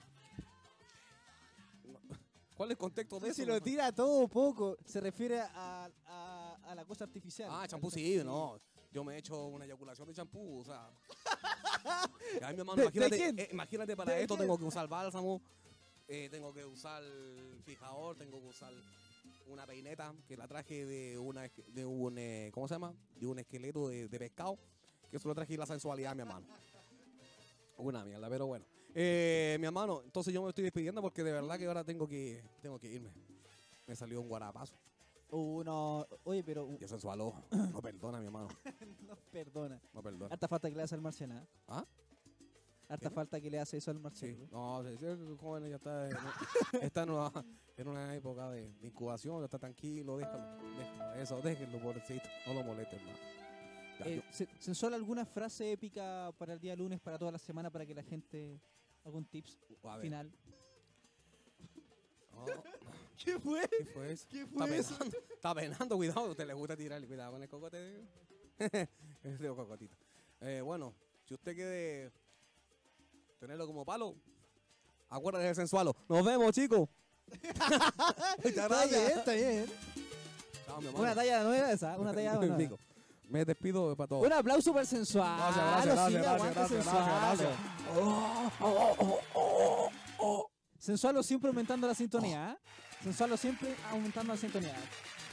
¿Cuál es el contexto de eso?
Si lo
compadre?
tira todo poco, se refiere a, a- a la cosa artificial.
Ah,
Al
champú sí, no. Yo me he hecho una eyaculación de champú, o sea. Ay, mi hermano,
¿De- de
imagínate,
quién?
eh, imagínate para
¿De
esto
quién?
tengo que usar bálsamo, eh, tengo que usar fijador, tengo que usar una peineta que la traje de una esque- de un eh, ¿cómo se llama? De un esqueleto de, de pescado, que solo traje la sensualidad, mi hermano. Una mierda, pero bueno. Eh, mi hermano, entonces yo me estoy despidiendo porque de verdad que ahora tengo que tengo que irme. Me salió un guarapazo.
Uno, Uh, oye, pero uh,
Yo sensualo. No perdona, mi hermano.
no, perdona.
No perdona.
Harta falta que le hace al marciano. ¿eh?
¿Ah?
Harta
¿Qué?
falta que le hace eso al
Sí,
marciano.
no, sí, sí, el joven ya está en, está en una, en una época de, de incubación, ya está tranquilo, déjalo, déjalo, eso, déjenlo, pobrecito, no lo molesten más. Ya,
Eh,
yo-
se- ¿Censola alguna frase épica para el día lunes, para toda la semana, para que la gente... algún tips
a ver, Oh.
final?
no,
¿Qué fue?
¿qué fue eso?
¿Qué
Está penando, está penando, cuidado, a usted le gusta tirar, cuidado con el cocote. digo. Es de cocotito. Eh, bueno, si usted quiere tenerlo como palo, acuérdate del sensualo. Nos vemos, chicos. Muchas
Está bien,
gracias.
está bien.
Chao, mi hermano.
Una talla nueva esa, una talla nueva.
Digo, Me despido eh, para todos.
Un aplauso para el sensual.
Gracias, gracias,
Lo
gracias,
Simia,
gracias,
aguante
gracias,
sensual.
gracias,
Sensualo siempre aumentando la sintonía. ¿eh? Sensualo siempre aumentando la sintonía.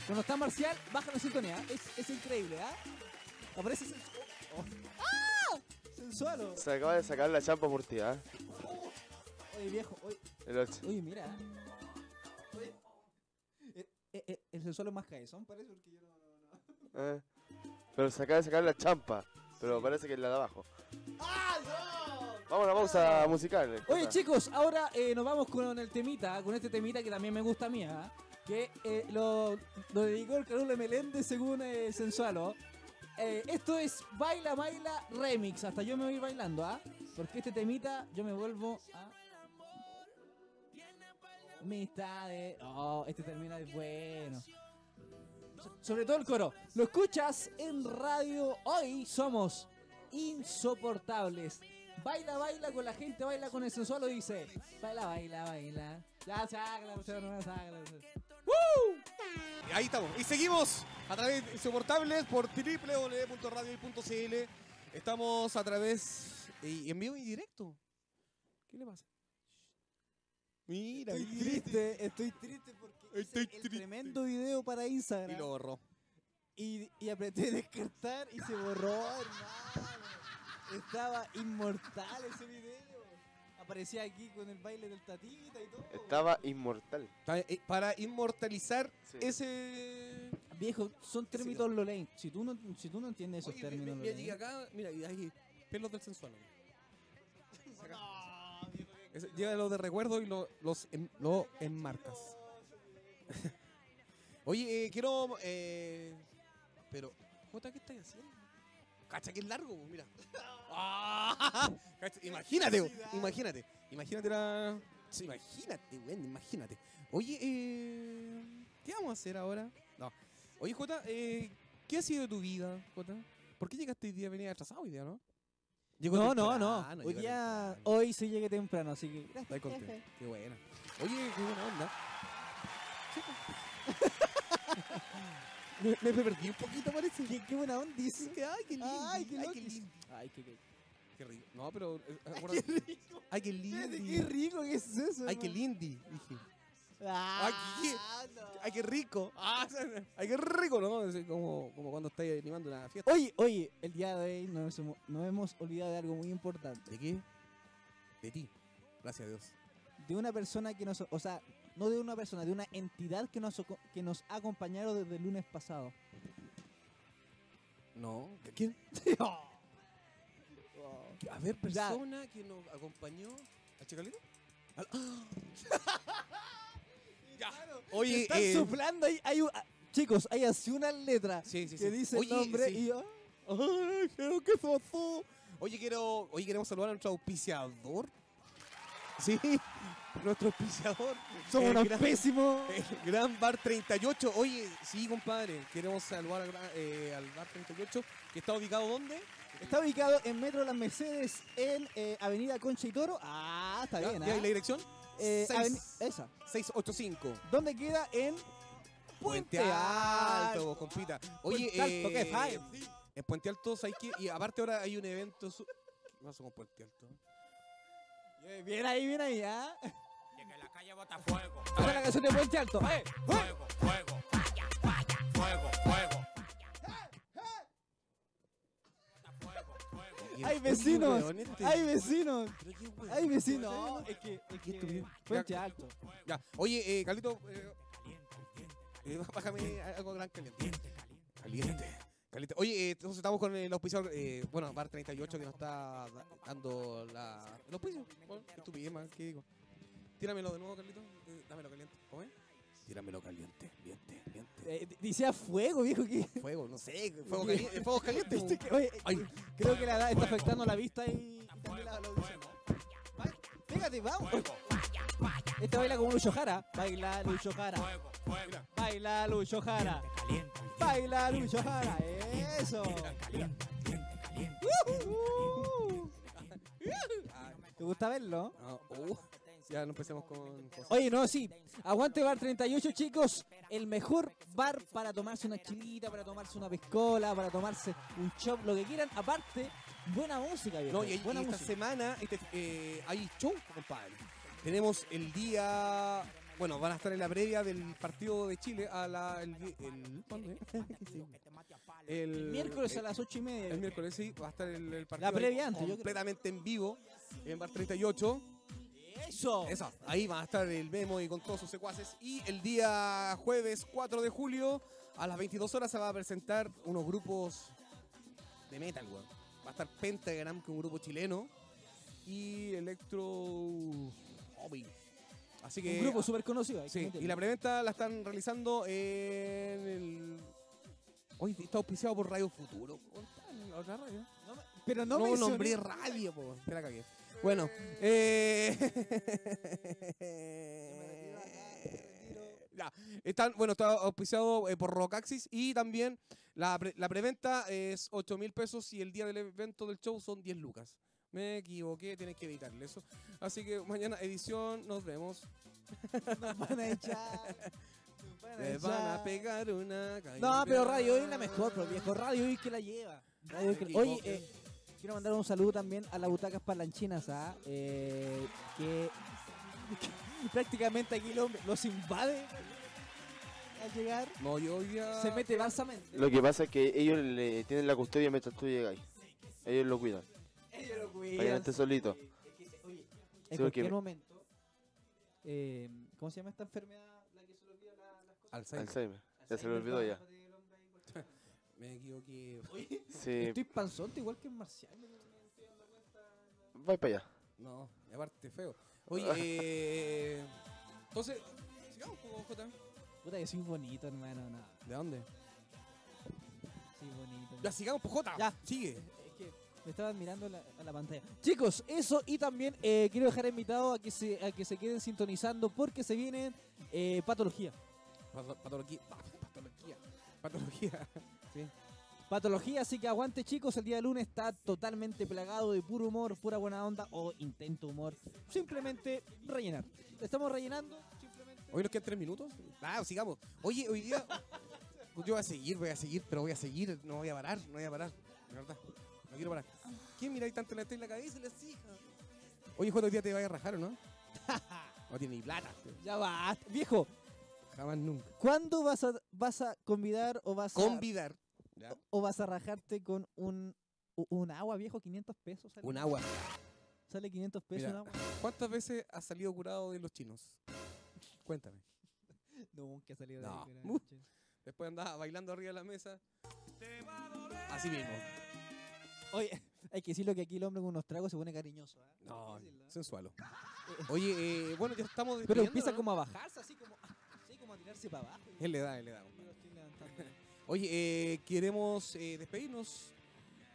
Cuando está Marcial, baja la sintonía. Es, es increíble, ¿ah? Aparece Oh. sensual. Sensualo.
Se acaba de sacar la champa por ti, ¿ah?
Oye, viejo, oye,
El 8.
oye, mira. Oye. Eh, eh, eh, el sensualo es más caezón, parece, porque yo no. no- no.
¿eh? Pero se acaba de sacar la champa. Pero parece que es la de abajo. Vamos a la pausa musical. eh,
Oye,
Jota.
chicos, ahora eh, nos vamos con el temita, con este temita que también me gusta a mí, ¿ah? que eh, lo, lo dedicó el Carole Meléndez según eh, Sensualo. Eh, esto es Baila Baila Remix, hasta yo me voy bailando, ¿ah? Porque este temita yo me vuelvo a... Mitad de... Oh, este termina de bueno. So- Sobre todo el coro. Lo escuchas en radio hoy, somos insoportables. Baila, baila con la gente, baila con el sensual, dice. Baila, baila, baila. Ya sácala, sácala, sácala.
Y Eh, Ahí estamos. Y seguimos a través de Insoportables por www.radio.cl. Estamos a través eh, y en vivo y directo. ¿Qué le pasa? Mira, mira.
triste, estoy triste porque hice
Estoy triste.
video para
Y
Instagram.
lo borró.
y, y apreté descartar y se borró, hermano. Estaba inmortal ese video. Aparecía aquí con el baile del tatita y todo.
Estaba inmortal.
Está- eh, Para inmortalizar
Sí.
ese.
Viejo, son términos Lolain. Si tú no, si tú no entiendes esos
Oye, mi- mi-
términos
mira, llega
Lolain.
acá, mira, y ahí, pelos del sensual. Saca. Ese- Llévalo de recuerdo y lo, los en- lo enmarcas. Oye, eh, quiero. eh, pero, Jota, ¿qué estás haciendo? Cacha que es largo, po, mira. Ah, cacha, imagínate, po, imagínate. Imagínate la. sí, imagínate, güey, imagínate. Oye, eh, ¿qué vamos a hacer ahora? No. Oye, Jota, eh, ¿qué ha sido de tu vida, Jota? ¿Por qué llegaste hoy día? Venía atrasado hoy día, ¿no? Llegó
No, no,
temprano,
no. Hoy
llegó
día,
temprano.
hoy sí llegué temprano, así que.
Estoy
Gracias.
contento.
jefe.
oh, Qué buena. Oye, qué buena onda. me, me perdí un poquito, parece.
Qué, qué buena onda. dice.
ay, qué lindo.
Ay, qué
ay,
loco.
qué lindo.
Ay, qué, qué,
Qué rico. No, pero. eh,
qué
acuérdate-
rico.
Ay, qué
Fíjate,
lindo.
qué rico que es eso.
Ay, qué
hermano.
lindo. Dije.
Ah,
Ay,
no.
Ay, qué rico. Ah, ay, qué rico, ¿no? Es como, como cuando estáis animando una fiesta.
Oye, oye, el día de hoy nos hemos, nos hemos olvidado de algo muy importante.
¿De qué? De ti. Gracias a Dios.
De una persona que nos. O sea, no de una persona, de una entidad que nos, aco- que nos ha acompañado desde el lunes pasado.
No. ¿De quién?
Wow.
A ver,
Oh. Ya.
persona que nos acompañó. ¿Al chacalito? Al- ¡Ah! ya. Oye,
Están
eh,
soplando ahí. Hay, un- ah, chicos, hay así una letra
sí, sí,
que
sí.
dice
Oye,
el nombre
sí.
y yo.
Ay, creo que pasó. Oye, quiero, oye, queremos saludar a nuestro auspiciador. Sí, nuestro auspiciador.
Somos
Eh,
unos
gran-
pésimos.
El Gran Bar 38. Oye, sí, compadre. Queremos saludar al, gran- eh, al Bar 38, que está ubicado ¿dónde?
Está ubicado en Metro Las Mercedes en eh, Avenida Concha y Toro. Ah, está
¿Ya?
bien.
¿Ya?
¿ah?
¿Y la dirección?
eh,
Seis.
aven- esa.
685.
¿Dónde queda? En
Puente Alto, vos, compita. Oye,
Puente Alto, ¿qué
eh,
fai?
en Puente Alto, ¿sabes qué? Y aparte ahora hay un evento... su- ¿Qué pasó con Puente Alto?
Eh, Bien ahí, bien ahí, ¿ah?
De que la calle bota fuego.
Ahora la canción de Puente Alto. ¡Eh! ¡Eh!
Fuego, fuego, falla, falla, fuego, fuego. Fuego, fuego.
Y el-
¡Ay, vecinos!
Oye, weón, este-
¡Ay, vecinos!
Pero qué weón.
¡Ay, vecinos! No, es que, es que Puente
Ya.
Alto.
eh, Ya. Oye, eh, Carlito, eh, eh, bájame algo gran caliente. Caliente. Caliente. Oye, eh, entonces estamos con el auspiciador, eh, bueno, Bar 38 que nos está da- dando la, el auspicio. Bueno, qué estupidez, man, ¿qué digo? Tíramelo de nuevo, Carlito. Eh, dámelo caliente. ¿Cómo es? Tíramelo caliente, miente, miente.
Eh, d- dice a fuego, viejo, que...
Fuego, no sé, fuego caliente. Fuego caliente.
Viste que- oye, eh,
Este, Ay.
creo que la edad está afectando la vista y, y también la, la audición. Ay, Pégate, vamos. Este baila como Lucho Jara. Baila Lucho Jara.
Fuego, fuego.
Baila Lucho Jara.
Caliente,
Baila Lucho Jara. Eso.
caliente, caliente, caliente.
Uh. ¿Te gusta verlo?
Ah, uh, ya no empecemos con cosas.
Oye, no, sí. Aguante Bar 38, chicos. El mejor bar para tomarse una chilita, para tomarse una pescola, para tomarse un chop, lo que quieran. Aparte, buena música, viejo.
No, y, y
Eh, buena
esta
música.
semana este, eh, hay show, compadre. Tenemos el día. Bueno, van a estar en la previa del partido de Chile a la. El, vi- el- ¿cuándo es? El-
El miércoles a las 8 y media.
El miércoles, sí, va a estar el, el partido.
La previa
ahí
antes, yo creo.
Completamente en vivo, en Bar 38.
Eso.
Esa, ahí va a estar el Memo y con todos sus secuaces. Y el día jueves 4 de julio, a las 22 horas, se va a presentar unos grupos de metal, weón. Va a estar Pentagram, que es un grupo chileno, y Electro Hobby. Así que. ah,
Un grupo súper conocido. hay que
sí,
meterlo.
y la preventa la están realizando en el. Hoy está auspiciado por Radio Futuro. La otra radio.
No me- pero no,
No,
me
nombré radio, po. Te la cagué. Bueno, eh... Ya, están, bueno, está auspiciado eh, por Rocaxis y también la, pre- la preventa es 8 mil pesos y el día del evento del show son 10 lucas. Me equivoqué, tienes que evitarle eso. Así que mañana edición, nos vemos.
Nos van a echar. Nos van a
Me van a
echar.
pegar una
No, pero
caipirada.
Radio Hoy es la mejor, pues, viejo. Radio Hoy que la lleva. Radio Hoy que la- Oye, eh, quiero mandar un saludo también a las butacas palanchinas, ¿ah? Eh, que, que prácticamente aquí lo- los invade al llegar.
No, yo ya...
Se mete balsamente.
Lo que pasa es que ellos le tienen la custodia mientras tú llegas. Ellos lo cuidan.
Ellos lo
Para que no
cuidan.
estés solito.
Oye,
porque-
en cualquier momento. eh, ¿Cómo se llama esta enfermedad? La que se le olvida la- las cosas.
Alzheimer.
Alzheimer. Ya se lo olvidó ya.
Me equivoqué. Eh,
Sí.
Estoy panzote igual que en marcial.
Vais para allá.
No, y aparte feo. Oye, eh, entonces, sigamos con Jota.
Puta que soy bonito, hermano. No,
¿De dónde?
soy bonito.
Ya, sigamos con Jota.
Ya.
sigue.
Es que me estaba admirando la, a la pantalla. Chicos, eso y también eh, quiero dejar invitado a que se a que se queden sintonizando porque se vienen eh, patología.
Pato- Patología. pa- Patología. Patología.
Patología, así que aguante chicos, el día de lunes está totalmente plagado de puro humor, pura buena onda o intento humor. Simplemente rellenar. Estamos rellenando, simplemente.
Hoy nos quedan tres minutos. Ah, sigamos. Oye, hoy día. Yo voy a seguir, voy a seguir, pero voy a seguir. No voy a parar, no voy a parar. De verdad. No quiero parar. ¿Quién mira ahí tanto la en la cabeza y las hijas? Oye, Jota, hoy día te vaya a rajar, ¿o no? No tiene ni plata.
Ya va, viejo.
Jamás nunca.
¿Cuándo vas a vas a convidar o vas a
Convidar. ¿ya?
o vas a rajarte con un u- un agua, viejo, 500 pesos? sale.
Un agua.
Sale 500 pesos
Mira,
un agua.
¿Cuántas veces has salido curado de los chinos? Cuéntame.
Nunca ha salido
No.
de ahí,
Uh.
pero-
Después andaba bailando arriba de la mesa. Así mismo.
Oye, hay que decirlo que aquí el hombre con unos tragos se pone cariñoso. ¿ah?
No,
Hay que decirlo, ¿ah?
sensualo. Oye, eh, bueno, ya estamos
Pero
despidiendo,
empieza
¿no?
como a bajarse, así como, así como a tirarse para abajo.
Él le da, él le da.
Yo lo estoy levantando.
Oye, eh, queremos eh, despedirnos.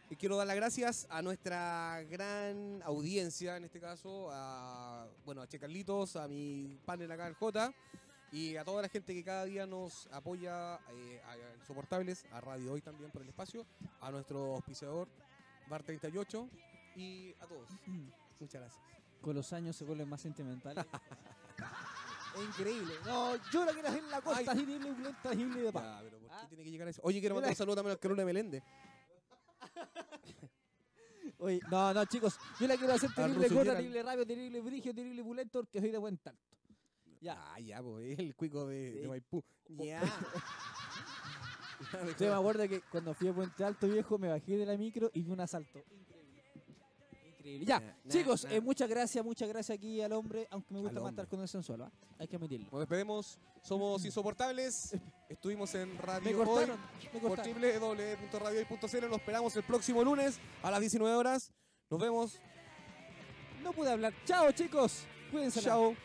Y Quiero dar las gracias a nuestra gran audiencia, en este caso, a, bueno, a Che Carlitos, a mi panel acá en J, y a toda la gente que cada día nos apoya, eh, a Insoportables, a Radio Hoy también por el espacio, a nuestro auspiciador, Bar 38, y a todos. Muchas gracias.
Con los años se vuelven más sentimentales. es increíble. No, yo la quiero hacer en la costa, sin irle un lento, sin irle de paz.
Ya, pero ¿por qué
Ah.
tiene que llegar a eso? Oye, quiero mandar un saludo también al Carolina Meléndez.
Oye, no, no, chicos, yo la quiero hacer
Al
terrible corta,
Rusuñera.
terrible rabia, terrible brigio, terrible bulento, porque soy de buen tanto. Ya.
Ah, ya, pues, es el cuico de, de
Sí.
Maipú. Ya.
Yo me acuerdo que cuando fui a Puente Alto, viejo, me bajé de la micro y vi un asalto. Increíble. Increíble. Ya,
Nah, nah,
chicos,
nah.
eh, muchas gracias, muchas gracias aquí al hombre, aunque me
Al
gusta más
hombre.
estar con el sensual, ¿va? Hay que admitirlo.
Nos despedimos. Somos insoportables. Estuvimos en
Me
Radio Hoy
cortaron, me
por
cortaron.
www.radiohoy.cl. Nos esperamos el próximo lunes a las 19 horas. Nos vemos.
No pude hablar. Chao, chicos. Cuídense.
Chao.